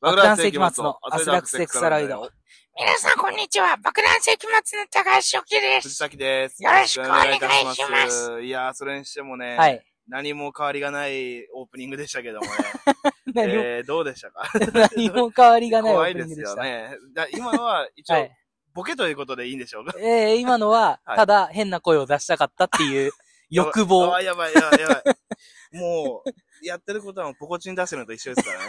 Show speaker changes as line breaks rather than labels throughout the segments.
爆弾世紀末の汗だくセクサロイド。
皆さん、こんにちは。爆弾世紀末の高橋幸で
藤
す。
崎です。
よろしくお願いし
よろ
ます
くお願いしま。いやー、それにしてもね、
はい。
何も変わりがないオープニングでしたけ どもね。
何も、
えー、どうでしたか
何も変わりがないオ
怖
ー
い
プニ
で
ング
す
でし
よ
た。
ね。だ今のは、一
は
応
い、。
ボケということでいいんでしょうか
えー、今のは、
はい
ただ変な声を出したかったって いう欲望
あ、。やばい、やばい、やばい。もう、やってることはもうポコチン出してるのと一緒です からね。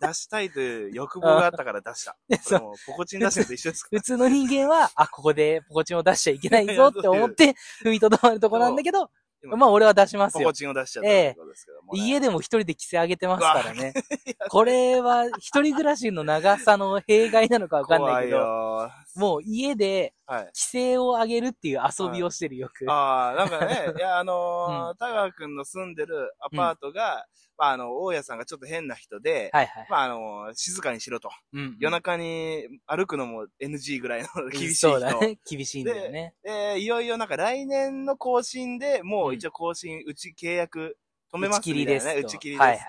出したいという欲望があったから出した。これもうポコチン出してるのと一緒ですか
普通の人間は、あ、ここでポコチンを出しちゃいけないぞって思って、踏みとどまるとこなんだけど、
ら。
まあ俺は出しま
今
す
ポ
よ
コ。チンを出しちゃったということですけどもね、
家でも一人で着せ上げてますからね。 これは、一人暮らしの長さの弊害なのかわかんないけど、
怖いよ
もう家で
ーはい。
規制を上げるっていう遊びをしてるよく。
ああ、なんかね、い や、あのー、田川くんの住んでるアパートが、まあ、あの、大家さんがちょっと変な人で、
はいはい。
まあ、あのー、静かにしろと。
うん
夜中に歩くのも NG ぐらいの厳しい人。
そうだね。厳しいんだよね。
で、いよいよなんか来年の更新でも
う
うん一応更新、うち契約止め
打
ま
ち
す
切
み
り
たい
で
な
す
ね。
と。
打ち切りです。
はいはい。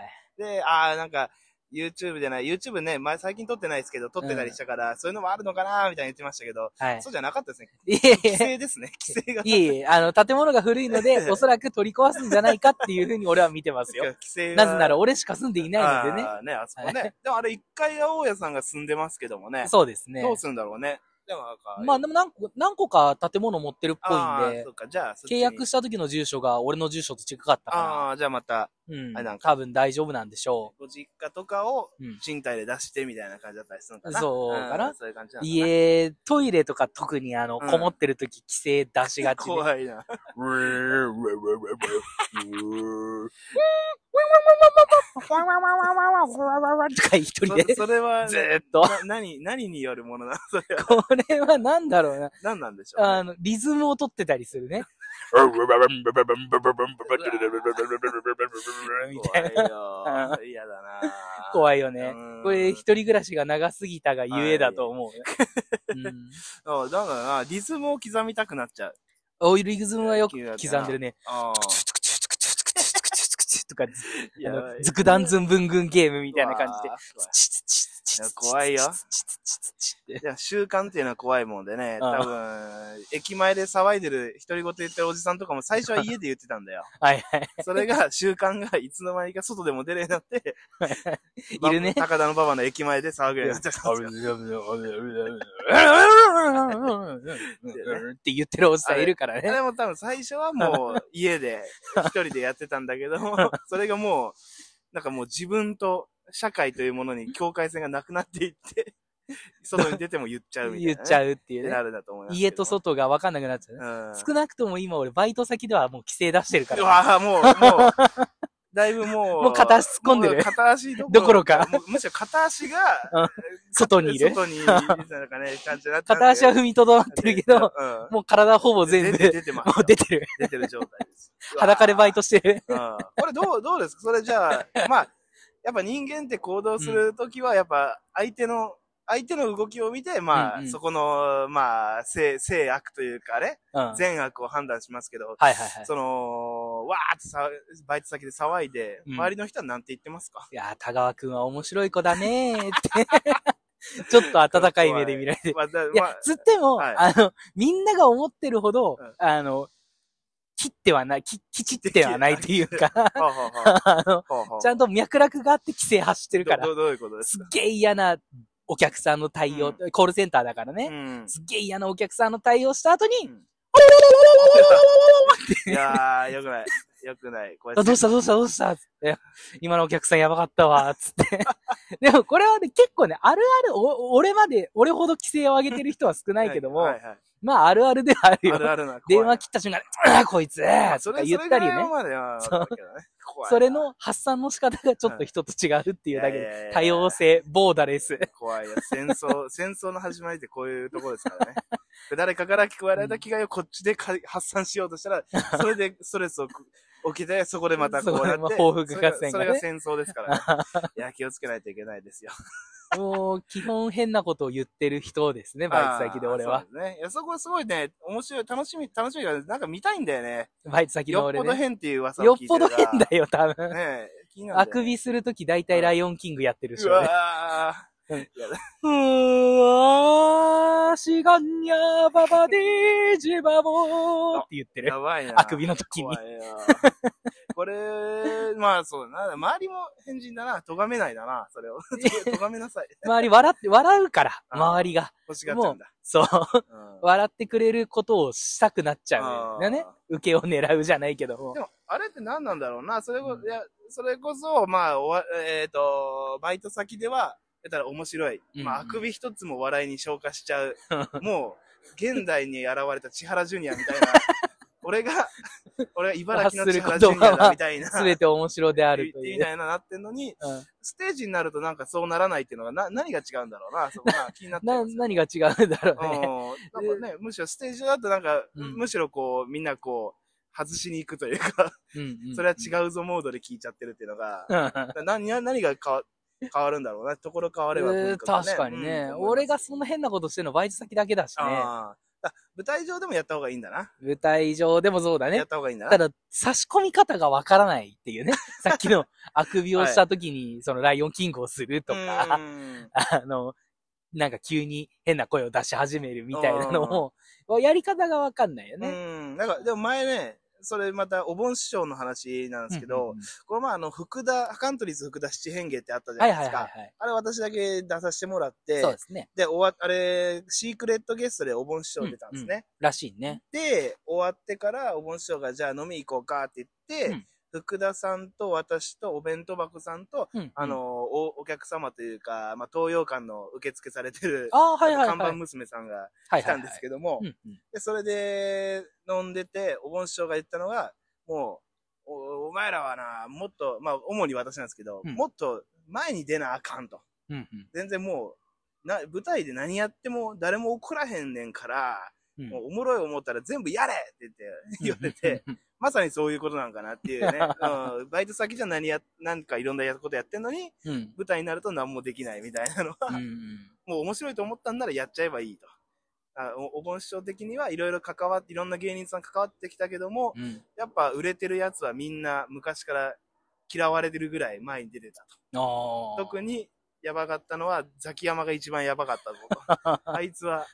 で、ああ、なんか、YouTube じゃない、YouTube ね、前最近撮ってないですけど、撮ってたりしたから、そういうのもあるのかなみたいに言ってましたけど、
はい
そうじゃなかったですね。
いえい
規
え
制ですね。規制が。
いえいえ、あの、建物が古いので、おそらく取り壊すんじゃないかっていうふうに俺は見てますよ。
規制が
なぜなら俺しか住んでいないのでね。
あーね、あそこね。でもあれ一階が大家さんが住んでますけどもね。
そうですね
ど。うするんだろうね。でもなんか。
まあでも何個何個か建物持ってるっぽ
あ
い
ー
んで
そ、っか、じゃあ、
契約
し
した時の住所が俺の住所と近かったか
ああー、じゃあまた、
ら、うん
あれなん、か
多分大丈夫なんでしょ
ご実家とかを
う。うん
賃貸で出してみたいな感じだったりするのかな。
そうかなん
そういう感じなんだな。
家、トイレとか特にあの、
うん
こもってる時、規制出しがちで。
怖いな。
わわわわわわわわわとか一人で
そ。それは、
ずーっと
な何、何によるものな のそれは
これはなんだろうな。
何なんでしょうね
あの、リズムを取ってたりするね。みたいな。
怖いよ。嫌だな。
怖
い
いよね。これ、一人暮らしが長すぎたがゆえだと思う。うん。
そう、だからな、リズムを刻みたくなっちゃう。
オイルリズムはよく刻んでるね。
ああ。
とか、
やばい
ズクダンズンブングンゲームみたいな感じで
う。わー怖いい
怖
や怖いよ
って
いや、習慣っていうのは怖いもんでね、
ああ
多分、駅前で騒いでる、独り言言ってるおじさんとかも最初は家で言ってたんだよ。
はいはい。
それが、習慣がいつの間にか外でも出れようになって、
いるね
ば高田の馬場の駅前で騒ぐようになっちゃったんですよ。
って言ってるおじさんいるから
あ
ね。
れも多分最初はもう家 で一人でやってたんだけども、それがもう、なんかもう自分と社会というものに境界線がなくなっていって、外に出ても言っちゃうみたいなね、
言っちゃ
う
うっていう
な
ね。
るんだと思いますけど。
家と外が分かんなくなっちゃうね。
うん。
少なくとも今俺バイト先ではもう規制出してるか
う
らね。
わあもう、もう、だいぶもう。
もう片足突っ込んでる
もう片足ど
どころか。
もうむしろ片足が、
外にいる
外にいる、なんかね、感じになっちゃうんだ
片
け
足
ど
は踏みとどまってるけど、、
うん
もう体ほぼ全
出て、
部、
出てますよ。
もう出てる。
出てる状態です。
裸でバイ
ト。
トしてる。
うん。これどう、どうですかそれじゃあ、 まあ、やっぱ人間って行動するときは、やっぱ相手の、相手の動きを見て、まあ、
うんうん
そこの、まあ、性、性悪というかね、
うん。はい
善悪を判断しますけど、
はいはい。
その、わーってさバイト先で騒いで、
うん
周りの人はなんて言ってますか
いやー、田川くんは面白い子だねーって。 ちょっと温かい目で見られてる。
まあ、だ
い
ま
や
あ、、
つっても、
はい
あの、みんなが思ってるほど、
うん
あの、切ってはない、き、きちってはないというか、
はあはあはあ
あの、
はあはあ
ちゃんと脈絡があって規制発してるから
ど、どどういうことです
す
か
っげえ嫌なお客さんの対応、コールセンターだからね、
ん。
すっげえ嫌なお客さんの対応した後に、
うん
おららららららららら
いやー、よくない。よくない。こ
あどうしたどうしたどうしたつって今のお客さんやばかったわ、つって。 でもこれはね、結構ね、あるある、お俺まで、俺ほど規制を上げてる人は少ないけども、
はいはいはい
まああるあるではあるよ。
あるあるな。
電話切
っ
った瞬間に、ああ、こいつと
そ
か
れ
言ったり
それぐらい
ね。
までは
そう
わかるけどね怖いな
それの発散の仕方がちょっと人と違うっていうだけ
いやいやいやい
で
や、
多様性、ボーダレス。
怖いよ。戦争、戦争の始まりってこういうところですからね。誰かから聞こえられた気概をこっちでか発散しようと したら、それでストレスをく受けて、そこでまたこうな
そこ
って、
でまあ報復合戦がね
それがそれが戦争ですから ね。いや、気をつけないといけないですよ。
もう、基本変なことを言ってる人ですね、バイト先で俺
あー
は。。
そうですね。いや、そこはすごいね、面白い、楽しみ、楽しみが、なんか見たいんだよね。
バイト先の
よっ
俺
ぽど
ね。
変っていう噂
よ
を
っ
聞いて
ぽ
る
ど
から。
変だよ、多分。
ねえきなんだよ
あくびするとき大体ライオンキングやってるし、
う
ね。
わー
うん
やだ
うわー、シガンニャババディジバボーって言ってる。
やばいな。
あくびの時に。
怖いよこれ、まあそうだな。周りも変人だな。咎めないだな。そ れを。咎めなさい。
周り笑って、笑うから、
うん
周りが。
欲しがっちゃうんだ。
そう。
うん
笑ってくれることをしたくなっちゃうんだよね
あ。
受けを狙うじゃないけども
で。も、あれって何なんだろうな。それこ、
うん
いや、それこそ、まあ、おわえっ、と、バイト先では、だったら面白い。
うん
まあ、あくび一つも笑いに消化しちゃ う。もう、現代に現れた千原ジュニアみたいな。 俺が、俺が茨城の千原ジュニアだみたいな。
すべて面白であ
言
る
っ
と
て
い
み
う。
たいななってんのに、
うん
ステージになるとなんかそうならないっていうのが、な、何が違うんだろうな。そこ な、気になって
な、何が違うんだろうね。
うん。なんかね、むしろステージだとなんか、
うん
むしろこう、みんなこう、外しに行くというか、それは違うぞモードで聞いちゃってるっていうのが、
うん。
何が、何が変わ、変わるんだろうな。ところ変われば
えー
文化が、ね。
確かにね。
うん
俺がそんな変なことしてるのバイト先だけだしね。
あーあ舞台上でもやった方がいいんだな。
舞台上でもそうだ
や
ね
っ。た方がいいんだ
た
な。
だ、差し込み方がわからないっていうね。さっきのあくびをした時に、そのライオンキングをすると
う
か、
ん
あの、なんか急に変な声を出し始めるみたいなのを、やり方がわかんないよね。
うん。なんか、でも前ね、それまたお盆師匠の話なんですけ
うんうん
ど
うん、
この前あの、福田、カントリーズ福田七変化ってあったじゃ
は
ないいで
はい
す
はいは
か。あれ私だけ出させてもらっ
い。
て
そう、ですね。
で、終わっあれ、シークレットゲストでお盆師匠出たんですね。
らしいね。
で、終わってからお盆師匠がじゃあ飲み行こうかって言って、
うん
福田さんと私とお弁当箱さんと、
うん。
あの、、おお客様というか、まあ、東洋館の受付されてる、
ああ、はいはいはい。
看板娘さんが
はい
来たんです
け
けども、
うんうん。
で、それで飲んでて、お盆師匠が言ったのが、もう、おお前らはな、もっと、まあ、主に私なんですけど、
うん
もっと前に出なあかんと。
うんうん
全然もう、な、舞台で何やっても誰も怒らへんねんから、
うん
もうおもろい思ったら全部やれって言って、言われて、
うんうん
まさにそういうことなんかなっていう ね。うん、バイト先じゃ何や、なんかいろんなやことやってんのに、
うん、うん
舞台になると何もできないみたいなのは、
うんうん。
もう面白いと思ったんならやっちゃえばいいと。あおお盆師匠的にはいろいろ関わって、いろんな芸人さん関わってきたけども、
うん。
やっぱ売れてるやつはみんな昔から嫌われてるぐらい前に出てた
ああ。
と。特にやばかったのはザキヤマが一番やばかったぞ と。あいつは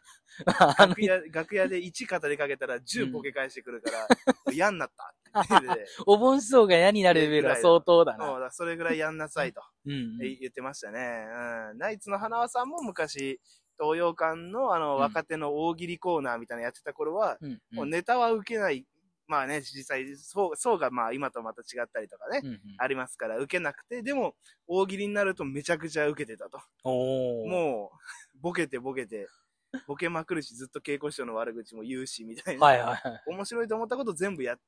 あの
楽、屋楽屋で1語りかけたら10ボケ返してくる から、嫌になったって言ってて
お盆思想が嫌になるレベルは相当
も
だ
う
な。
だからそれぐらいやんなさいと
うんうん。
え言ってましたね。うん。ナイツの花輪さんも昔、東洋館のあの
うん
若手の大喜利コーナーみたいなのやってた頃は、
うんうん
もうネタは受けない。まあね、実際、そう、そうがまあ今とまた違ったりとかね、
うんうん
ありますから、受けなくて、でも、大喜利になるとめちゃくちゃ受けてたと。
おー
もう、ボケてボケて、ボケまくるし、ずっと稽古師匠の悪口も言うし、みたいな。
はいはいはい。
面白いと思ったこと全部やっ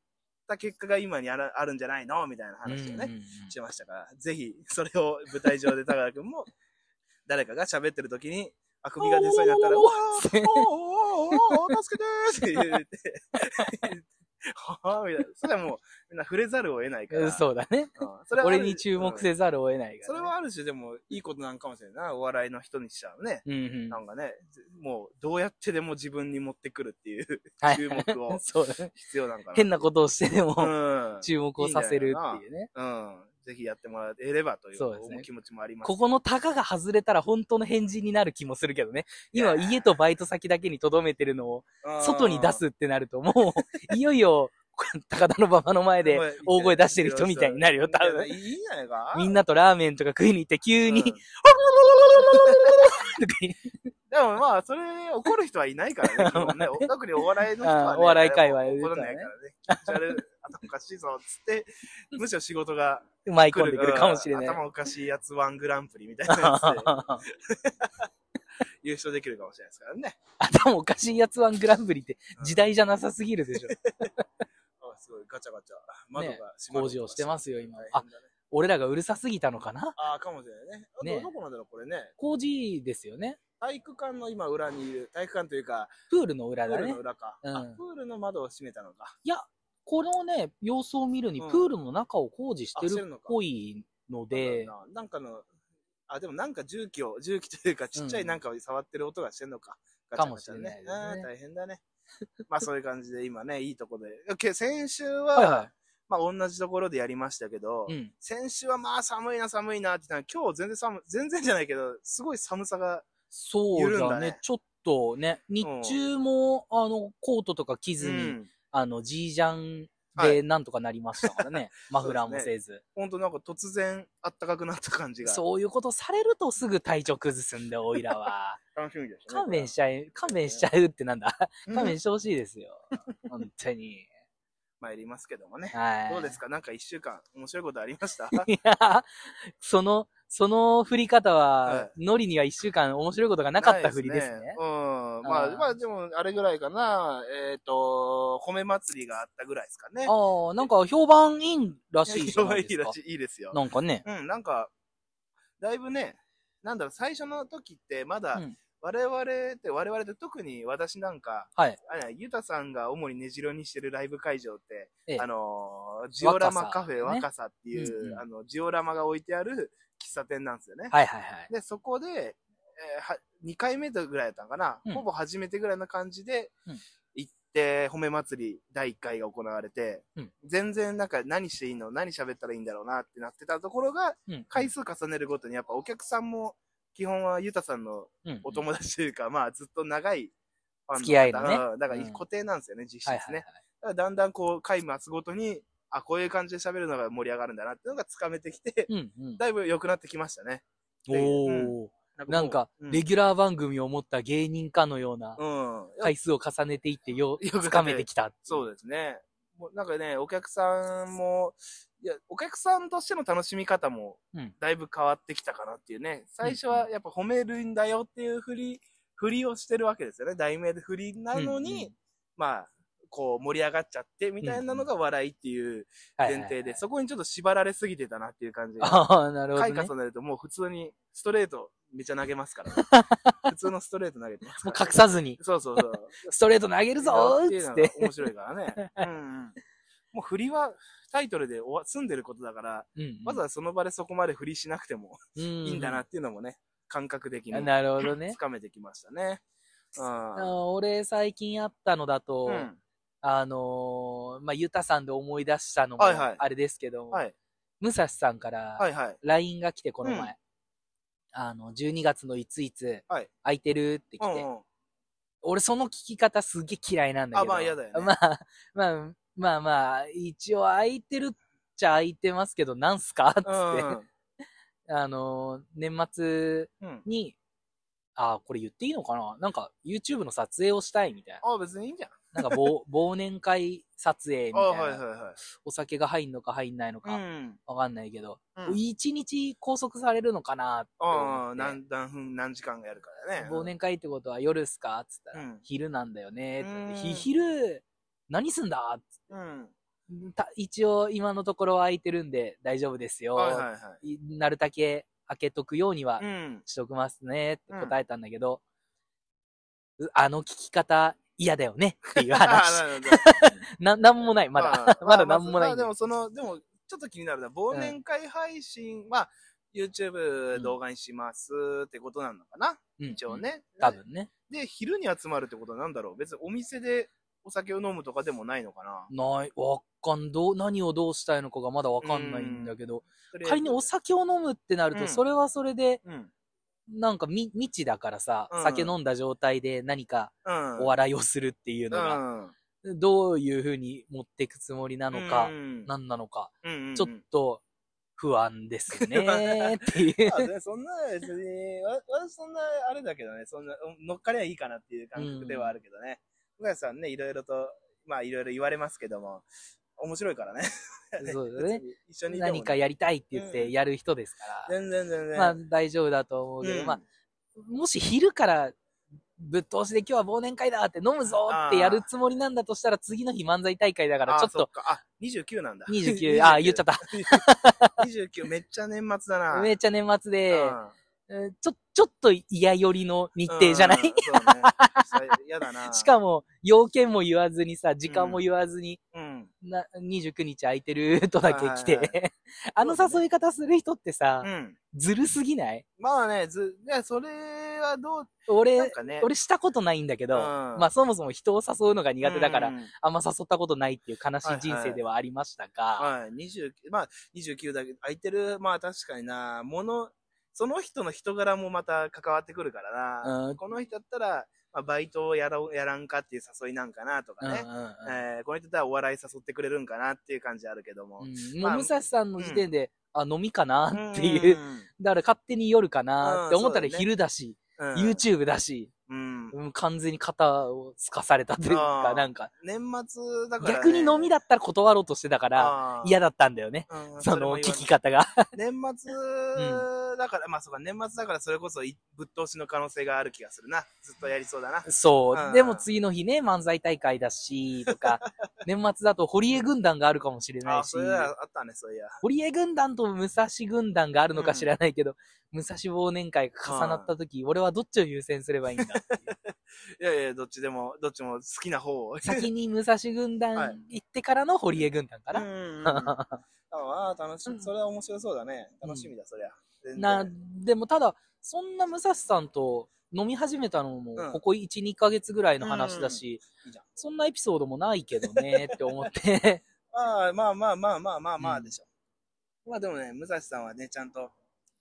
た結果が今にあらあるんじゃないのみたいな話をね、
うんうんうん
してましたから、ぜひ、それを舞台上で高田くん も、誰かが喋ってる時に、あくびが出そうになったら、
お
お
ー
おーおーおーおーおー助けてーって言って、 はぁみたいな。それはもう、みんな触れざるを得ないから。
うん そうだね。
うんそれはある
俺に注目せざるを得ない
うん
か
そ
ら
れ
ね。
はある種でも、いいことなんかもしれないな。お笑いの人にしちゃうね。
うんうん
なんかね、ぜもう、どうやってでも自分に持ってくるっていう
はい
注目を
そうだね。
必要なんかな。
変なことをしてでも
うん。
注目をさせるっていうね。
うん。ぜひやってもらえればという
そうですね
気持ちもあります。
ここのタカが外れたら本当の変人になる気もするけどね。今家とバイト先だけに留めてるのを
うん
外に出すってなると、もう、いよいよ、高田の馬場の前で大声出してる人みたいになるよ、多
いやい
分。
いんじゃないか
みんなとラーメンとか食いに行って急に、
うん
と
で
か言って
もまあ、それ怒る人はいないから ね基本ね。特にお笑いの人は
う
ね。
んお笑い界隈
怒らないからね。気持ち悪い、頭おかしいぞ、つ って、むしろ仕事が
舞い
来
込ん
る
でくるかもしれない。
頭おかしいやつワングランプリみたいなやつで優勝できるかもしれないですからね。
頭おかしいやつワングランプリって時代じゃなさすぎ るでしょ。
あすごい、ガチャガチャ。窓が
ね
閉まる音が
工事をしてますよ今
大変だね
俺らがうるさすぎたのかな
ああ、かもしれないね。あ
ね
と、どこなんだろう、これね。
工事ですよね。
体育館の今裏にいる、体育館というか、
プールの裏
プー
だ
ル
ね
の。裏か。
うん
あプールの窓を閉めたのか。
このね、様子を見るに、
うん
プールの中を工事して
あして
る
るの
っ
か
ぽいの
な
で、
んだろうななんかの、あ、でもなんか重機を、重機というかちっちゃ
う
い
ん
なんかを触ってる音がしてんのか。
かもしれない
ガ
ですね
チャガチャねあー大変だね。まあそういう感じで今ね、いいとこで。け先週
はい
は、
は
まあ同じところでやりましたけど、
うん。
先週はまあ寒いな寒いなって言ったら今日全然寒い、全然じゃないけど、すごい寒さが、
そう
緩ん
だ
だ
ね
ね。
ちょっとね、日中も、あの、コートとか着ず
う
に、
ん
あの、G ジャン
は
で
い
なんとかなりました からね。マフラーもせず。
ほんとなんか突然あったかくなった感じが。
そういうことされるとすぐ体調崩すんで、おい らは。
楽しみでしたね。
勘弁しちゃう、勘弁しちゃうってなんだ。
うん
勘弁してほしいですよ。本当に。
参りますけどもね。
はい。
どうですかなんか一週間面白いことありました
いや、その、その振り方は
は、
ノリには一週間面白いことがなかった振りです
ない
ね。
うん。ま
あ
あ
ー、
まあでも、あれぐらいかな。えっ、と、米祭りがあったぐらいですかね。
ああ、なんか評判いいんらしいじゃないい
い。
ですから
しいいいですよ。
なんかね。
うん、なんか、だいぶね、なんだろう、最初の時ってまだ、
うん
我々って、我々って特に私なんか、
はい
あれゆたさんが主に根城にしてるライブ会場って、
ええ
あのー、ジオラマカフェ
若さね
若さっていう、
うんうん
あの、ジオラマが置いてある喫茶店なんですよね。
はいはいはい。
で、そこで、えーは2回目ぐらいだったのかな、
うん
ほぼ初めてぐらいな感じで、
うん
行って、褒め祭り第1回が行われて、
うん
全然なんか何していいの何喋ったらいいんだろうなってなってたところが、
うん
回数重ねるごとにやっぱお客さんも、基本はゆたさんの
うん
お友達というか、まあずっと長いファンの方
付き合いのね
うんだから
うん
固定なんですよね、実質
は
ね。
いはいはい。
だからだんだんこう、回増すごとに、あ、こういう感じで喋るのが盛り上がるんだなっていうのがつかめてきて、
うんうん。
だいぶ良くなってきましたね。で
おお、
なん
なんか、
もううん
レギュラー番組を持った芸人かのような
うん。
回数を重ねていってよ、
よく
つかめてきた。
そうですね。もうなんかね、お客さんも、いや、お客さんとしての楽しみ方も
うん、
だいぶ変わってきたかなっていうね。最初はやっぱ褒めるんだよっていうふり、ふりをしてるわけですよね。題名でふりなのに、
うんうん
まあ、こう盛り上がっちゃってみたいなのが笑いっていう
は
前
いはいはい
提で、そこにちょっと縛られすぎてたなっていう感じが。
ああ、なるほど、
回
ね。も
重ねるともう普通にストレートめちゃ投げます からね、普通のストレート投げてます
う
からね、
隠さずに、
そうそうそう。
ストレート投げるぞ
って
ー
い
っ
う
つっ
の
て
が。面白いから ね。うんうん。もう振りはタイトルで終わ済んでることだから、
うん
わざわざその場でそこまで振りしなくても
うん、
い
い
いんだな。っていうのもね、感覚的に
あ
掴
なるほど ね。
めてきましたね。う
あ
ん。
の俺最近あったのだと、
うん
あのーまあ、ゆたさんで思い出したのも、
はいはい
あれですけども、
はい。
武蔵さんから
はいはい。
LINE が来て、この前、
うん
あの、12月のいついつ、
はい
空いてるって来
う
て、
んうん。俺
俺その聞き方すげえ嫌いなんだけど。
あまあ嫌だよね
まあ、まあ、まあまあ、一応空いてるっちゃ空いてますけど、なんすかっつって、あのー年末
うん。
に、ああ、これ言っていいのかななんか、YouTube の撮影をしたいみたいな。
あ、別にいいんじゃん。
なんか忘、忘年会撮影み
あ、
たいな。
はいはいは
お酒が入んのか入んない
い。
の
う
か、
ん。
わかんないけど、
うん
一日拘束されるのかなって思
あ
っ
あ、
て
何、何分、何時間がやるからね。
忘年会ってことは夜っすかっつったら、
うん
昼なんだよねって言って
うん
ひ昼、何すんだっつ
うん。
た一応今のところは空いてるんで大丈夫ですよ。
はいはいはい。
なるだけ開けとくようにはい
うん。
しときますねって答えたんだけど、うあの聞き方嫌だよ ねっていう
あな
話。
るほど
な、なんも ない、まだ。
あ
まだなんもない
まあ
んだ
で
よ
もその、でも、ちょっと気になるな。忘年会配信、まあ、
う
YouTube
ん
動画にしますってことなのかな、
うん
一応。ね。
多分ね。
で、昼に集まるってことはなんだろう別にお店でお酒を飲むとかでもないのかな
ない、わかん、どう、何をどうしたいのかがまだわかんないんだけど、
とりあえず
仮にお酒を飲むってなる
う
と、
ん
それはそれで、
うん。
なんかみ未知だからさ、
うん
酒飲んだ状態で何か
うん。
お笑いをするっていうのが、
うん。
どういうふうに持っていくつもりなのか
う、ん
何なのか、
うんうん
ちょっと不安です ね、ってい
まあ
う。
ねそんな別に、わ私そんなあれだけどね、そんな乗っかりゃいいかなっていう感覚ではあるけどね。向谷さんね、いろいろと、まあいろいろ言われますけども、面白いからね。
そうだね。
一緒にいてもね
何かやりたいって言っ
う
て
ん
やる人ですから、
全然全然。
まあ大丈夫だと思うけど、まあもし昼からぶっ通しで今日は忘年会だって飲むぞってやるつもりなんだとしたら次の日漫才大会だからちょっ
あ、そ
と
っか。あ、29なんだ。
29、あ、言っちゃった。
た。29、めっちゃ年末だな。
め
っ
っちゃ年末
ち
で、うんちょ、ちょっと嫌寄りの日程じゃない、
そうね。そうやだな。
しかも、要件も言わずにさ、時間も言わずに、
うん。
な29日空いてるとだけ来て、
はい は
あの誘い方する人ってさ
う、ん。
ずるすぎない
まあね、ず、ね、それ俺はどう、なん
俺、
かね。
俺したことないんだけど、
うん
まあそもそも人を誘うのが苦手だから、
うん
あんま誘ったことないっていう悲しい人生ではありましたが、
はい、29、まあ、29だけど、空いてる、まあ確かにな、もの、その人の人柄もまた関わってくるからな。
うん
この人だったら、まあ、バイトをやろう、やらんかっていう誘いなんかなとかね。
うんうんうん
えーこの人だったらお笑い誘ってくれるんかなっていう感じあるけども。
うん
まあ
もう武蔵さんの時点で、あ、飲みかなっていうう。
ん。
だから勝手に夜かなって思った
う
ら
んそうだね
昼だし、
うん
YouTube だし、
うん。
うん完全に肩をすかされたという
あ
か
ー、
なんか、
年末だから、
逆に飲み
だ
だったら断ろうとしてたから、
ら
嫌だったんだよね。
うん
そ
れも
の
言わない
聞き 方が。
年末だから、まあそうか、年末だからそれこそいぶっ通しの可能性がある気がするな。ずっとやりそうだな。
そう
う。ん
でも次の日ね、漫才大会だし、とか、年末だと堀江軍団があるかもしれな
あ、
いし
そ、れはあったね、そういや。
堀江軍団と武蔵軍団があるのか知らないけど、武蔵忘年会が重なった時、俺はどっちを優先すればいいんだっていう
いやいや、どっちでも、どっちも好きな方を。
先に武蔵軍
は
団
い
行ってからの堀江軍団か
う
な。
んうんうん。ああ、楽しみ。それは面白そうだね。楽しみだ、そりゃ。全然
な、でもただ、そんな武蔵さんと飲み始めたのも
うん、
ここ1、2ヶ月ぐらいの話だし
うんいいじゃん、
そんなエピソードもないけどね、って 思って。
まあまあまあまあまあまあま
う
あ
ん
でしょ。まあでもね、武蔵さんはね、ちゃんと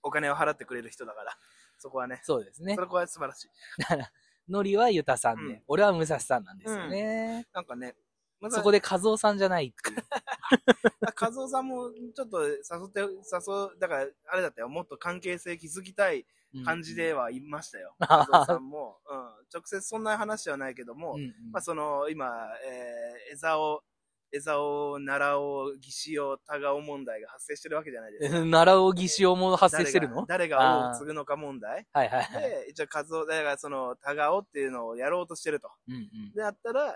お金を払ってくれる人だから、そこはね。
そうですね
そ。こは素晴らしい。
ノリはユタさんで、
うん
俺は武蔵さんなんですよね。
なんかね、武蔵
そこで和夫さんじゃないっていう。
あ和夫さんもちょっと誘って、誘う、だから、あれだったよ、もっと関係性築きたい
うん
感じではいましたよ。
うん
和夫さんも、うん、直接そんな話はないけども、
うんうん
まあその、今、えー、江沢、江沢、奈良尾、義士を田川問題が発生してるわけじゃないですか。
奈良尾義しも発生してるの
誰が誰が王を継ぐのか問題
はいはいはい。
で、一応、和夫、だからその、田川っていうのをやろうとしてると。
うんうん
であったら、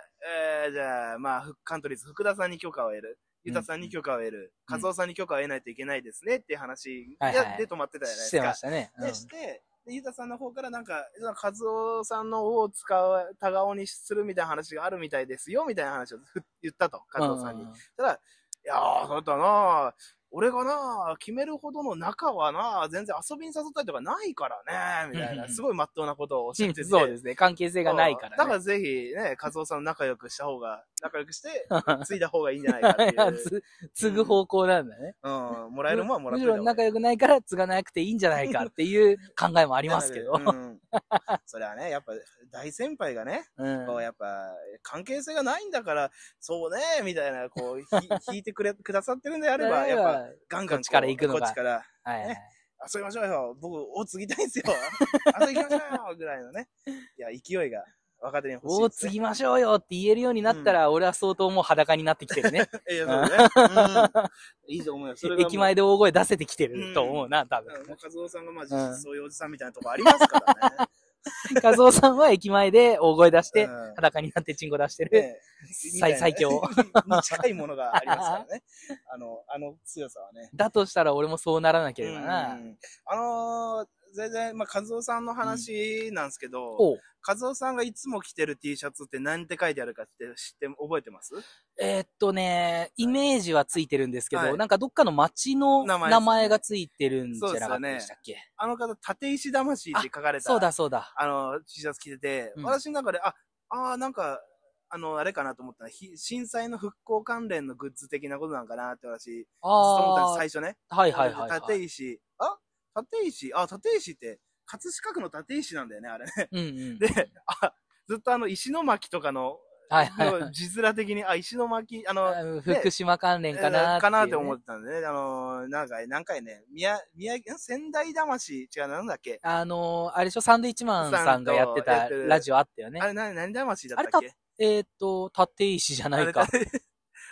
えー、じゃあ、まあ、ふカントリーズ、福田さんに許可を得る。ユタさんに許可を得る。
うん
カズオさんに許可を得ないといけないですねっていう話
はいはい
で止まってたじゃないで
し
す
て
か。
ましたね。うん
で、して、でユタさんの方からなんか、カズオさんの王を使う、タガオにするみたいな話があるみたいですよ、みたいな話をふ言ったと、カズオさんに。
うう
たら、いやー、そうだな俺がな決めるほどの仲はな全然遊びに誘ったりとかないからね、みたい
うんうんう
な、
ん
すごい真っ当なことをおっしゃってて。
そうですね。関係性がないから、ね。
だからぜひね、和夫さん仲良くした方が、仲良く して、継いだ方がいいんじゃないかっていう。
つ継ぐ方向なんだね。
うん、もらえるもんはもら
む
って
し
た方が
ろ仲良くないから継がなくていいんじゃないかっていう考えもありますけど。
うんそれはね、やっぱ大先輩がね、
うん
こうやっぱ関係性がないんだから、そうね、みたいな、こう、ひ 引いてくれ、くださってるんであれば、やっぱ、ガンガン
こっちから行くの
こ
が
うこっちから、
はいはい
ね遊びましょうよ。僕、を継ぎたいん ですよ。遊び行きましょうよぐらいのね。いや、勢いが若手に欲しい
お
で
ー、
す
継
ね。
ぎましょうよって言えるようになったら、俺は相当もう裸になってきてるね。
いや、そうね。うんいいと思うよ。 それがもう
駅前で大声出せてきてると思うな、多分。
うん和夫さんがまあ
うん
実質そういうおじさんみたいなとこありますからね。
和夫さんは駅前で大声出して
う、ん
裸になってチンコ出してる。
ね
最最強。
に近いものがありますから ね。あの、あの強さはね。
だとしたら俺もそうならなけれ
う
ばな。
んあのー全然、まあ、和夫さんの話なんですけど、
おう
和夫さんがいつも着てる T シャツって何て書いてあるかって知って、覚えてます
えーっとね、イメージはついてるんですけど、
はい
なんかどっかの町の
名前です
名前がついてるんじゃなかったでしたっけ
あの方、立石魂って書かれた、
そうだそうだ。
あの、T シャツ着てて、
うん
私の中で、あ、あーなんか、あの、あれかなと思ったら、ひ震災の復興関連のグッズ的なことなんかなって私、ずっと思ったん
あ
です最初ね。
あ、はいはいはい、はい。
立石、あ立石あ、立石って、葛飾区の立石なんだよね、あれね。
うんうん。
で、あ、ずっとあの、石巻とかの、
はいはいはい
の字面的に、あ、石巻、あの、
あの。福島関連
えー
かなー
かなって
いう
思
ね
ってたんでね、あのー、何回、何回ね、宮、宮城、ん仙台魂、違う、なんだっけ、
あのー、あれでしょ、サンドイッチマンさんがやって
さんとや
た
ってる
ラジオあったよね
あ。れ、な、何魂だ
あ
っ
れ
たっけ
えーっと、立石じゃない
あ
か。
れ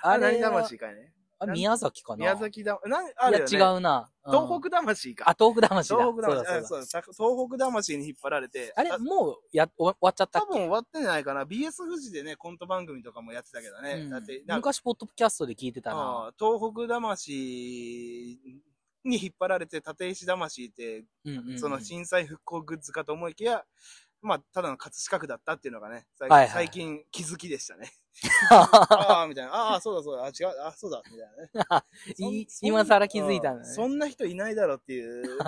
あ
あれ
れ
何
は、
魂かね。
あ宮崎かな
宮崎だ、なん、あるよね。
いや、違うな。うん
東北魂か
あ。、東北魂だ。
東北
そうだそう
魂。
だ
そうだ東北魂に引っ張られて。
あれ、もう、や、終わ終わっちゃったっ
多
け
分終わってんじゃないかな。BS 富士でね、コント番組とかもやってたけどね。
うん
だって、なんか、
昔、ポッドキャストで聞いてたな。
ああ東北魂に引っ張られて、立石魂って、
うんうんうん
その震災復興グッズかと思いきや、まあ、ただの葛飾区だったっていうのがね、最
はいはい
最近気づきでしたね。ああ、みたいな。ああ、そうだそうだ。あ違う。あそうだ。みたいなね。そん
い
そん
今更気づいた
う
んだね。
んそんな人いないだろうって いう、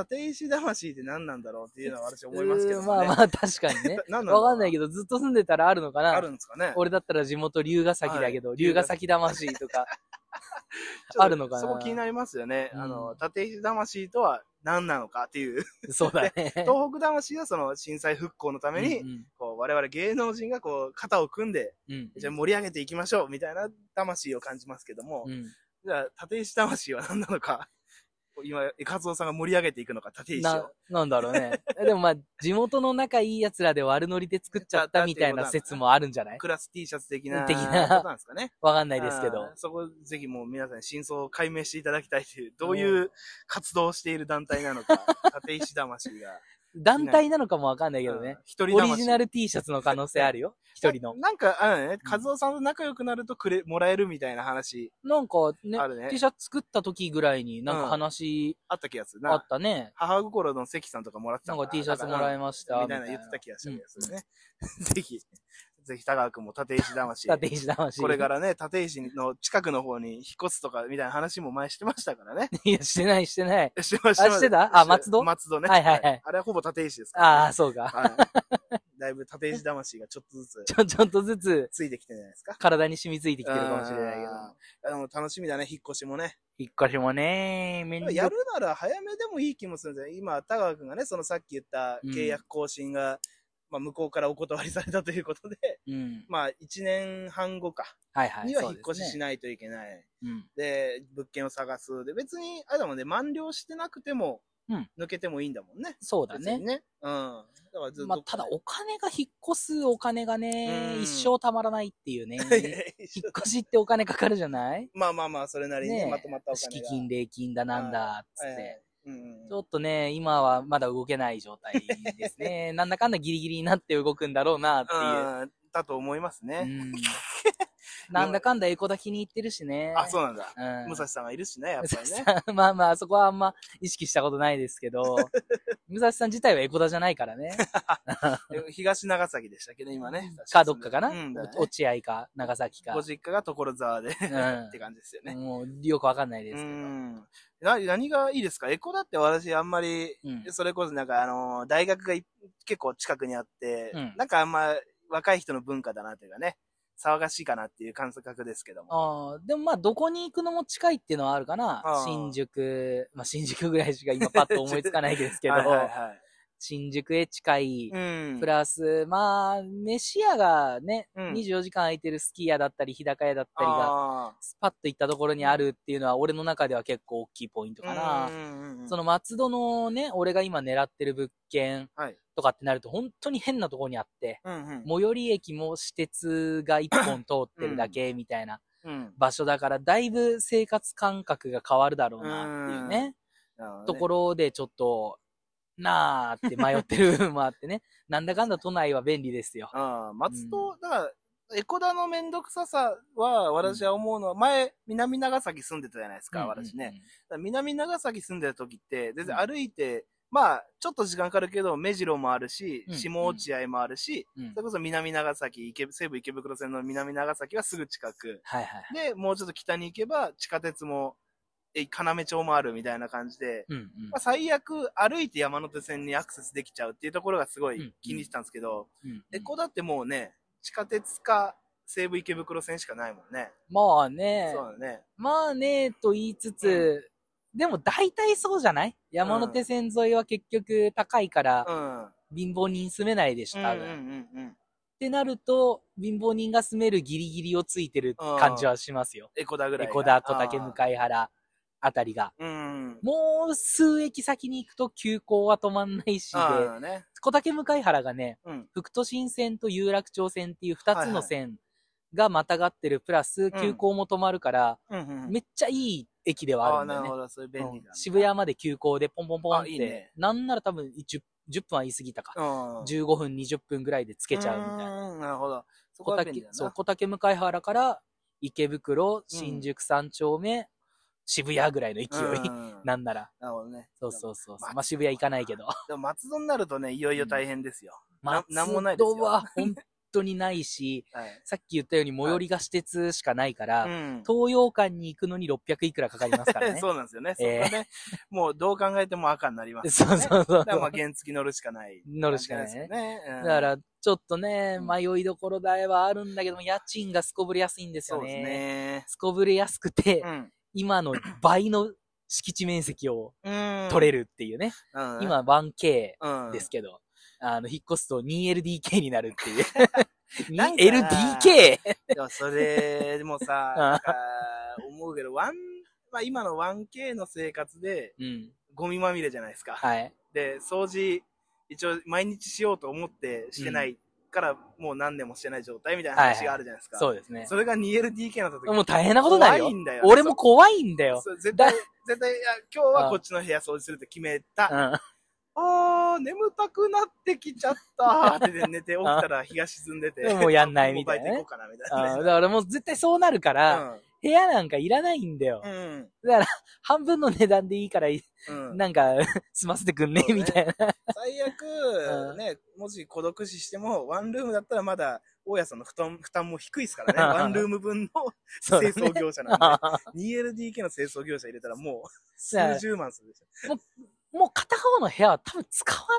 立石魂って何なんだろうっていうのは私思いますけど
う
ね。。
ーまあまあ確かにね
何なんだろう
わかんないけど、ずっと住んでたらあるのかな
あるんですかね。
俺だったら地元龍ヶ崎だけど、
はい
龍ヶ崎魂とか。
ちょっと
あるのかな
そこ気になりますよね。
うん
あの、立石魂とは何なのかっていう。
そうだね。
東北魂はその震災復興のために、
うんうん
こう、我々芸能人がこう、肩を組んで、
うん
じゃあ盛り上げていきましょう、みたいな魂を感じますけども、
うん
じゃあ、立石魂は何なのか、こう今、カツオさんが盛り上げていくのか、立石
な
を。、
なんだろうね。でもまあ、地元の仲いい奴らで悪ノリで作っちゃったみたいな説もあるんじゃない
クラス T シャツ的な、
的な
ことなんですかね。
わかんないですけど
あー。そこ、ぜひもう皆さん真相を解明していただきたいという、どういう活動をしている団体なの か、立石魂が。
団体なのかもわかんないけど
う
ね
ん。。一人
オ
魂。
リジナル T シャツの可能性あるよ。一人の。
な。なんか、あるね、カズオさんと仲良くなるとくれ、もらえるみたいな話、
なんかね
あ、るね
T。シャツ作った時ぐらいになんか話
あった気がする
あ
な
っ。たね。
母心の関さんとかもらってた
なんか T シャツもら
え
いました。
みたいな言ってた気がしたんですよね。 ぜひ、ぜひ、田川くんも立石魂。
だって石魂。
これからね、立石の近くの方に引っ越すとかみたいな話も前してましたからね。
いや、してない、してない。
してました。
あしてたあ松戸
松戸ね。
はいはいはい
あれはほぼ立石ですから、
ああ、そうか。
ああ。だいぶ立石魂がちょっとずつ
ちょ、ちょっとずつ
ついてきてるじゃないですか。
体に染みついてきてるかもしれないけど。
ど。でも楽しみだね、引っ越しもね。
引っ越しもね、めんどく
やるなら早めでもいい気もするんですよ。今、田川くんがね、そのさっき言った契約更新が、まあ、向こうからお断りされたということで、
うん。
まあ、1年半後か、
はいはい。
には引っ越しし
ない。
ないといけない。
うん。
で、物件を探す。で、別に、あれだもんね、満了してなくても、
うん
抜けてもいいんだもんね。
そうだ
別に
ね。
ね。うん。だからずっと。
まあ、ただお金が引っ越すお金がね
う、ん
一生たまらないっ ていうね。引っ越しってお金かかるじゃな い
まあまあまあ、それなりにね、
ねえ
まとまったお金
敷
が。
金、礼金だなんだ、つ
はい
っ
はいうんう
て。
ん
ちょっとね、今はまだ動けない状態で すね。なんだかんだギリギリになって動くんだろうな、っていう。
うん。だと思いますね。
うんなんだかんだエコだ気に入ってるしね。
あ、そうなんだ。
うん。
武蔵さんがいるしね、やっぱりね。
さん まあまあ、そこはあんま意識したことないです けど、武蔵さん自体はエコダじゃないからね。
え東長崎でしたっけど、今ね。
か、どっかかな、
うん。だね
お落合か、長崎か
ご。実家が所沢で、
ん
って感じですよね。
もう、よくわかんないで
う
すけど。
ん。な、何がいいですかエコだって私あんまり、
うん
それこそなんかあのー大学がい結構近くにあって、
うん
なんかあんま若い人の文化だなというかね、騒がしいかなっていう感覚ですけども。
ああ、でもまあ、どこに行くのも近いっていうのはあるかな
あ。ー
新宿、まあ、新宿ぐらいしか今パッと思いつかないですけど、
はいはいはい。
新宿へ近い、
うん。
プラス、まあ、飯屋がね、
うん
24時間空いてるスキー屋だったり、日高屋だったりが、
あ
パッと行ったところにあるっていうのは、俺の中では結構大きいポイント
ー
かな
う。んうんうん
その松戸のね、俺が今狙ってる物件
はい
とかってなると、本当に変なところにあって、
うんうん。
最寄り駅も私鉄が一本通ってるだけみたいな
うん。
場所だから、だいぶ生活感覚が変わるだろうなっていうね、とこ
ろ。
ろでちょっと、なーって迷ってる部分もあってね、 なんだかんだ都内は便利ですよ。
ああ、松戸、だから、エコダのめんどくささは、私は思うのは、前、南長崎住んでたじゃないですか、私ね。だから南長崎住んでた時って、全然歩いて、まあ、ちょっと時間かかるけど、目白もあるし、
うん
下落合もあるし、
うん。うん
それこそ南長崎、池西武池袋線の南長崎はすぐ近く。
はいはい。
で、もうちょっと北に行けば、地下鉄も、え、要町もあるみたいな感じで、
うんうん
まあ、最悪、歩いて山手線にアクセスできちゃうっていうところがすご
うん
い気にしてたんですけど、
うんうん。
エコだってもうね、地下鉄か西武池袋線しかないもんね。
まあね
そ、うだね。
まあね、と言いつつ、でも大体そうじゃない山手線沿いは結局高いから
う、ん。
貧乏人住めないでしょ、多分。
う
っ
んうんうんうん。
てなると、貧乏人が住めるギリギリをついてる感じはしますよ。
エコだぐら
エ
いが。
コダ、小竹、
あー
向原あたりが。
うん。
もう数駅先に行くと急行は止まんないしで、
ああね。
小竹向原がね、
うん。
福都新線と有楽町線っていう二つの線がまたがってる、プラス急行も止まるから、
うんうん。
めっちゃいい駅では
あ
ある
あ、
んだ
な
よ
る
ね
ほ。ど。そういう便利
う
なんんだ。
渋谷まで急行でポンポンポンって。
あいいね
なんなら多分 10, 10分は言い過ぎたか。
うん。
15分、20分ぐらいでつけちゃうみたいな。
な。なるほど。そこ
小
は便利
竹
だ、な。
そう、小竹向原から池袋、新宿三丁目、渋谷ぐらいの勢い。
うんな
なんなら。
るほどね。
そうそうそうそう。
まあ
まあ渋 谷行かないけど。
でも松戸になるとね、いよいよ大変ですよ。な
松
なんもないですよ
戸は本当にないし、
はい。
さっき言ったように最寄りが私鉄しかないから、
うん。
東洋館に行くのに600いくらかかりますから ね。
そうなんですよね。そこ
えー
ね、もうどう考えても赤になります、ね。
そうそうそう
だからまあ原付乗るしかない。
乗るしかない
ですよ
ね。
ね。うん
だか、ら、ちょっとね、
うん
迷いどころではあるんだけども、家賃がすこぶれやすいんです
そ
よ
う
ね。
ですね。
すこぶれやすくて、
うん。
今の倍の敷地面積を
うん
取れるっていうね。
うん、
今 1K
うん、
ですけど、あの、引っ越すと 2LDK になるっていう。
なんかな
2LDK!
いやそれ、でもさ
、あ
なんか思うけど、ワン、まあ今の 1K の生活で、
うん。
ゴミまみれじゃないですか。
はい。
で、掃除、一応毎日しようと思ってしてないから、もう何年もしてない状態みたいな
はいは
話
い
があるじゃないですか。
そうですね。
それが 2LDK になった時
もう大変なことだよ
怖いんだよ。
俺も怖いんだよ。
そう絶
だ
対、絶対、いや今日はこっちの部屋掃除するって決めた。
うん。
あー、眠たくなってきちゃったって寝て起きたら日が沈んでて。
もうやんないみたいなね
もうバイト行こうかなみた
あ
い
ーだからもう絶対そうなるから、
なね。
部屋なんかいらないんだよ。
うん。うん。
半分の値段でいいから、
うん、
なんか、 済ませてくんね
そうね
みたいな。
最
う
悪、
ん
ね、もし孤独死しても、ワンルームだったらまだ、大家さんの負担負担も低いですからね。 ワンルーム分の
そう
清
だね
掃業者なんで。2LDK の清掃業者入れたらもう、数十万するでしょ。
もう片方の部屋は多分使わな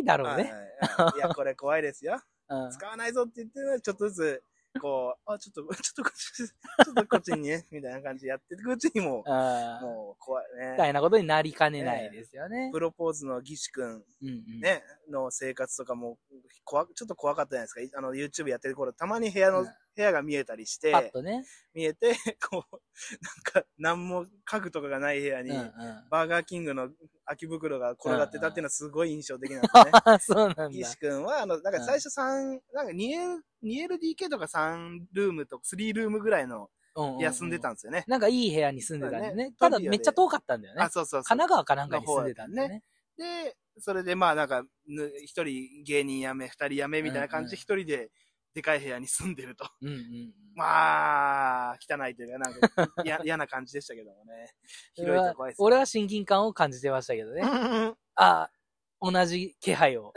いだろう
はい
ね。
はいはいいや、これ怖いですよ。
うん
使わないぞって言ってるのはちょっとずつ、こう、あ、ちょっと、 ちょっとこっち、ちょっとこっちにね、みたいな感じでやっていくうちにも、
うん
もう怖い
み
ね。
たいなことになりかねないですよね。
プロポーズの義士くん、
うんうん
ね、の生活とかも、怖、ちょっと怖かったじゃないですか。あの、YouTube やってる頃、たまに部屋の、
うん
部屋が見えたりし
パッ
て、
とね。
見えて、こう、なんか、何も家具とかがない部屋
うん
に、
うん
バーガーキングの空き袋が転がってたっていうのはすごい印象的なんですね。
あ、 そうなんだ。
岸君は、あの、なんか最初3、なんか 2L2LDK とか3ルームとか3ルームぐらいの
うんうん
休んでた
う
ん
ん
ですよね。
なんかいい部屋に住んでたんだよ
そうだ
ね
ね。
ただ
トビオ
め
で
っちゃ遠かったんだよね。
あ、そうそうそう
神。奈川かなんかに住んでたんだよね。
で、それでまあなんか、ぬ一人芸人辞め、二人辞めみたいな感じで一人ででかい部屋に住んでると。
うんうんうん。
まあ、汚いというか、なんか や嫌な感じでしたけどもね。広いと怖いですね
俺は親近感を感じてましたけどね。
うんうん
ああ、同じ気配 を。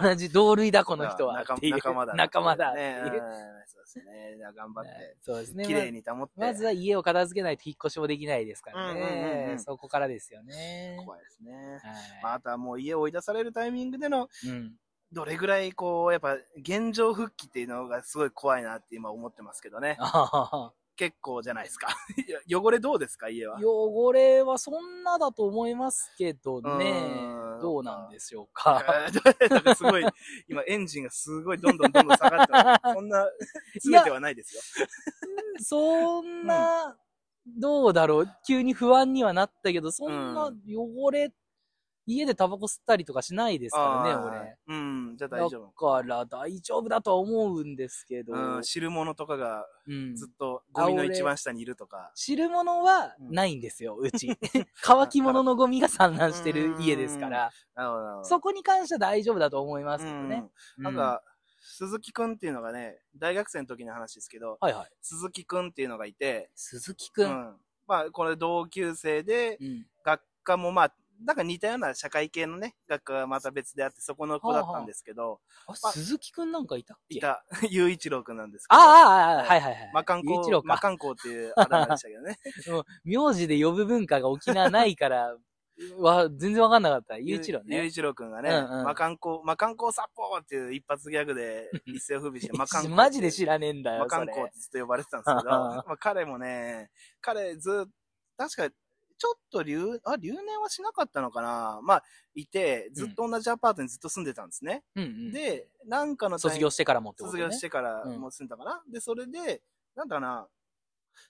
同じ同類だ、この人は。
仲
っていう
仲間だ。
仲間だ。
ね。う
っ
ん
ていう
そうですね。じゃあ頑張っ
はい
て、
そうですね。
綺麗に保って。
まあまずは家を片付けないと引っ越しもできないですから
うんうんうんう
ね。
ん
そこからですよね。
怖いですね。まあ、
は
あとはもう家を追い出されるタイミングでの、
い。うん。
どれぐらいこう、やっぱ現状復帰っていうのがすごい怖いなって今思ってますけどね。
あ
結構じゃないですか。 いや汚れどうですか、家は
あ。。汚れはそんなだと思いますけどね。
ー
どうなんでしょうか。
えーなんかすごい、今エンジンがすごいどんどんどんどん下がってます。 そんな、
い
詰
や
めてはないですよ。
そんな、どうだろう。急に不安にはなったけど、そんな
うん
汚れ、家でタバコ吸ったりとかしないですからね、
あー
俺。
うん、じゃあ
だ
大丈夫。
から大丈夫だとは思うんですけど、
うん、汁物とかが
うん
ずっとゴミの一番下にいるとか。
汁物はないんで すよ、うち。乾き物のゴミが散乱してる家ですから、
なるほどなるほど
そこに関しては大丈夫だと思いますけどね。
うんなんか、鈴木くんっていうのがね、大学生の時の話ですけど、
うん、はいはい。
鈴木くんっていうのがいて、
鈴木
う
くん。うん。
ん。まあ、これ同級生で、学科もまあ、なんか似たような社会系のね、学科がまた別であって、そこの子だったんですけど、
あ、鈴木くんなんかいたっけ
い。た、 雄一郎くんなんですけ
あ
ど、
あ、ああ、ああはいはいはい。
魔漢
雄一郎
校、魔
か。
漢校っていうあだ名でしたけど ね。
もう名字で呼ぶ文化が沖縄ないから、わ、全然わかんなかった。雄一郎
雄
ね。
一郎くんがね、
うんうん
魔漢校、魔漢校殺法っていう一発ギャグで一世を風靡して、魔漢校。
マジで知らねえんだよ。
魔漢
それ
校ってずっと呼ばれてたんですけ ど、
それ
まあ彼もね、彼ずっ確か、ちょっと留、あ、留年はしなかったのかなまあ、いて、ずっと同じアパートにずっと住んでたんですね。
うんうん、
で、なんかのタイミング
卒業してからもってこと
卒
ね。
業してから
うん
もう住んだかな、で、それで、なんだかな、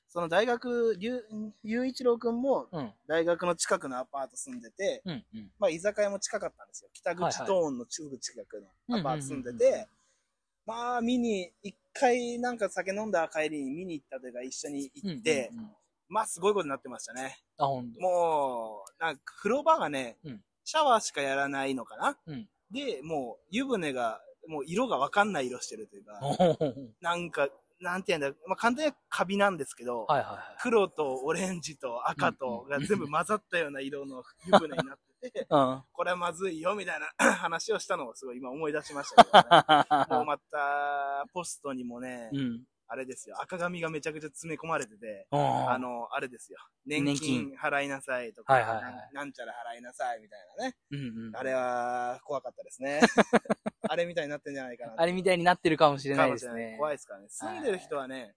その大学、りゅ雄一郎くんも
うん。
大学の近くのアパート住んでて、
うんうん。
まあ居酒屋も近かったんですよ。北
はいは
口
い
トーンのすぐ近くのアパート住んで
うんうんうんうん
て、まあ見に、一回なんか酒飲んだ帰りに見に行ったというか一緒に行って、
うんうんうん
まあすごいことになってましたね。
あ、ほんと。
もう、なんか風呂場がね、
うん
シャワーしかやらないのかな、
うん
で、もう湯船が、もう色がわかんない色してるというか、
おほほほ
なんか、なんて言うんだろう、まあ、簡単にはカビなんですけど、
はいはいはい。
黒とオレンジと赤とが全部混ざったような色の湯船になってて、
うん。
これはまずいよみたいな 話をしたのをすごい今思い出しましたけ ど、ね、もうまた、ポストにもね、
うん。
あれですよ、赤髪がめちゃくちゃ詰め込まれてて、あ
あ、
の、あれですよ、
年
年金
金
払いなさいとか、
はいはいはい
なんなんちゃら払いなさいみたいなね。
うんうん。
あれは怖かったです ね。あれみたいになってんじゃないかな。
あれみたいになってるかもしれないで
か
す
もしれな
ね
い。怖いですからね。住んでる人はね、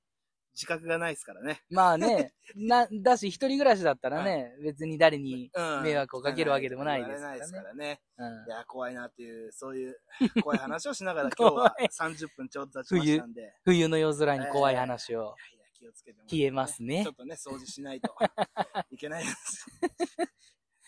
自覚がないですからね。
ま あね、な、だし、一人暮らしだったらね、別に誰に、
うん
迷惑をかけるわけでもない
言
で
われ
すから
な
ね
いですからね。
うん
いや、怖いなっていう、そう いう怖い話をしながら今
怖
日
い
は30分ちょっと経ちましたんで。いや
冬の夜空に怖い話を。
いや、気をつけてもらって
消えますね
ちょっとね、掃除しない といけないです。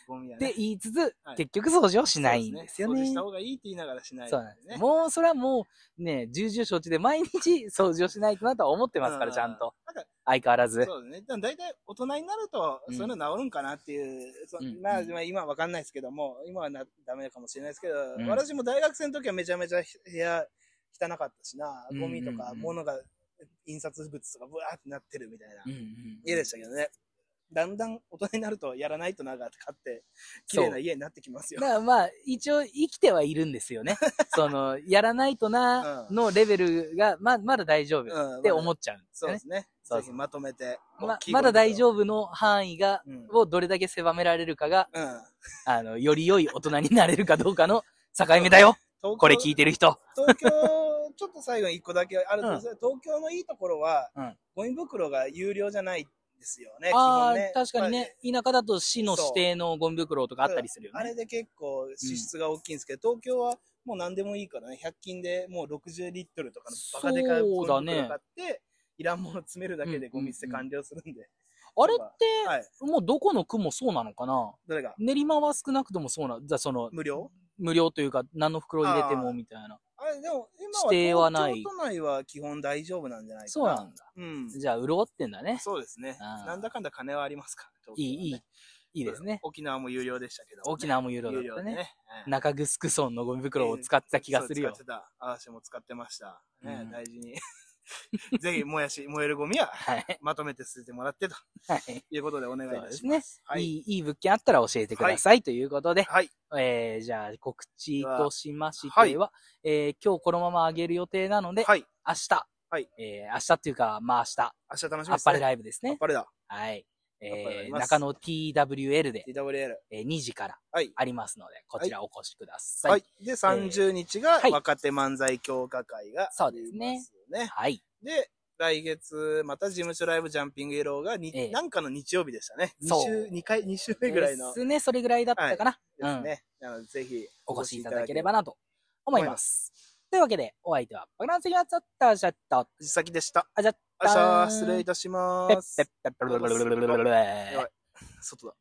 ゴミは
って
ね。
言いつつ
はい、
結局掃除をしないんですよ
そう
ね。
掃除した
そ
方がいいって言いながらしない、
うなんです。もう、それはもう、ね、重々承知で毎日掃除をしないとなとは思ってますか
う
ら、
ん
ちゃんと
なんか。
相変わらず。
そうですね。だいたい大人になると、
うん
そういうの治るんかなっていう、そ
うん
まあ、
うん
まあ今はわかんないですけども、今はなダメかもしれないですけど、
うん
私も大学生の時はめちゃめちゃ部屋汚かったしな、
うん
ゴミとか
うん
物が、印刷物とかブワーってなってるみたいな
うんうん
家でしたけどね。だんだん大人になるとやらないとながって買って、綺麗な家になってきますよ。
だからまあ、一応生きてはいるんです よね。その、やらないとな
うん
のレベルが、ま、まだ大丈夫っ
うん
て思
まあ
っちゃうんです
そうで
よね。
すね。
そう
ぜひまとめて。
ままだ大
夫。
丈夫の範囲が、
うん。
をどれだけ狭められるかが、
うん。
あの、より良い大人になれるかどうかの 境目だよ。
東京
これ聞いてる人。
東京、ちょっと最後に一個だけあるんですけど、東京のいいところは、
うん
ゴミ袋が有料じゃないんですよね。
あ
基本ね
あ、確かにね、田舎だと市の指定のゴミ袋とかあったりするよ
まああ
ね。
れで結構支出が大きいんですけど、東京はもう何でもいいからね、100均でもう60リットルとかのバカでかいゴミ
そうだ
袋
ね
買って、いらんもの詰めるだけでゴミ捨て完了するんで。
あれって、
はい。
もうどこの区もそうなのかな
どれが
練馬は少なくともそうな、じゃあその、
無料
無料というか、何の袋入れ
あ
て
ー
もみたいな。
あれ、でも
指定
今は東
はない
京都内は基本大丈夫なんじゃないか
そう
な。
なんだ。
うん。
じゃあ、潤ってんだね。
そうですね。
あー
なんだかんだ金はありますから、東京
い、
はい
いい、いいですね。
沖縄も有料でしたけど、
沖縄も有料だっ
有料
た
で
ね。
ね。うん
中城村のゴミ袋を使ってた気がするよ
そう。使ってた。私も使ってました。ね、
うん
大事に。 ぜひ、燃やし、燃えるゴミは、
はい。
まとめて捨ててもらって、と
はい。
いうことでお願いい
そう
た
で
し
す
ます。
ね。
はい
い、いい、物件あったら教えてください。ということで、
はい。
えー、じゃあ、告知としましては、
はい
えー、今日このまま上げる予定なので、
はい。
明日、
はい
えー、明日っていうか、まあ明日、
明日楽しみ
ア
で
ッ
す、ね。
パレライブです
アッ
ね。
パレだ。
はい。
アッパレライ
え
ブ
ー、
です
中野 TWL で、
TWL。
えー、2時から
はい。
ありますので、こちらお越しください。
はい。で、30日が
はい
若手漫才協歌会が、
そうですね。
ね。
はい。
で、来月、また事務所ライブジャンピングイエローがに、
ええ
なんかの日曜日でしたね。二
そう
週、二回、二週目ぐらいの
で
です
ね、それぐらいだったかな。
すね。なので、ぜひ、
お越しいただければなと思い
思い
ま。
ます
というわけで、お相手は、バカランスギャッツアッターシャッタ
藤崎でした。
あじゃっ
明
た
日、失礼いたしま
ペッ
す
ペッ。ペッペッペッペッペッペッペッペッペッ
外だ。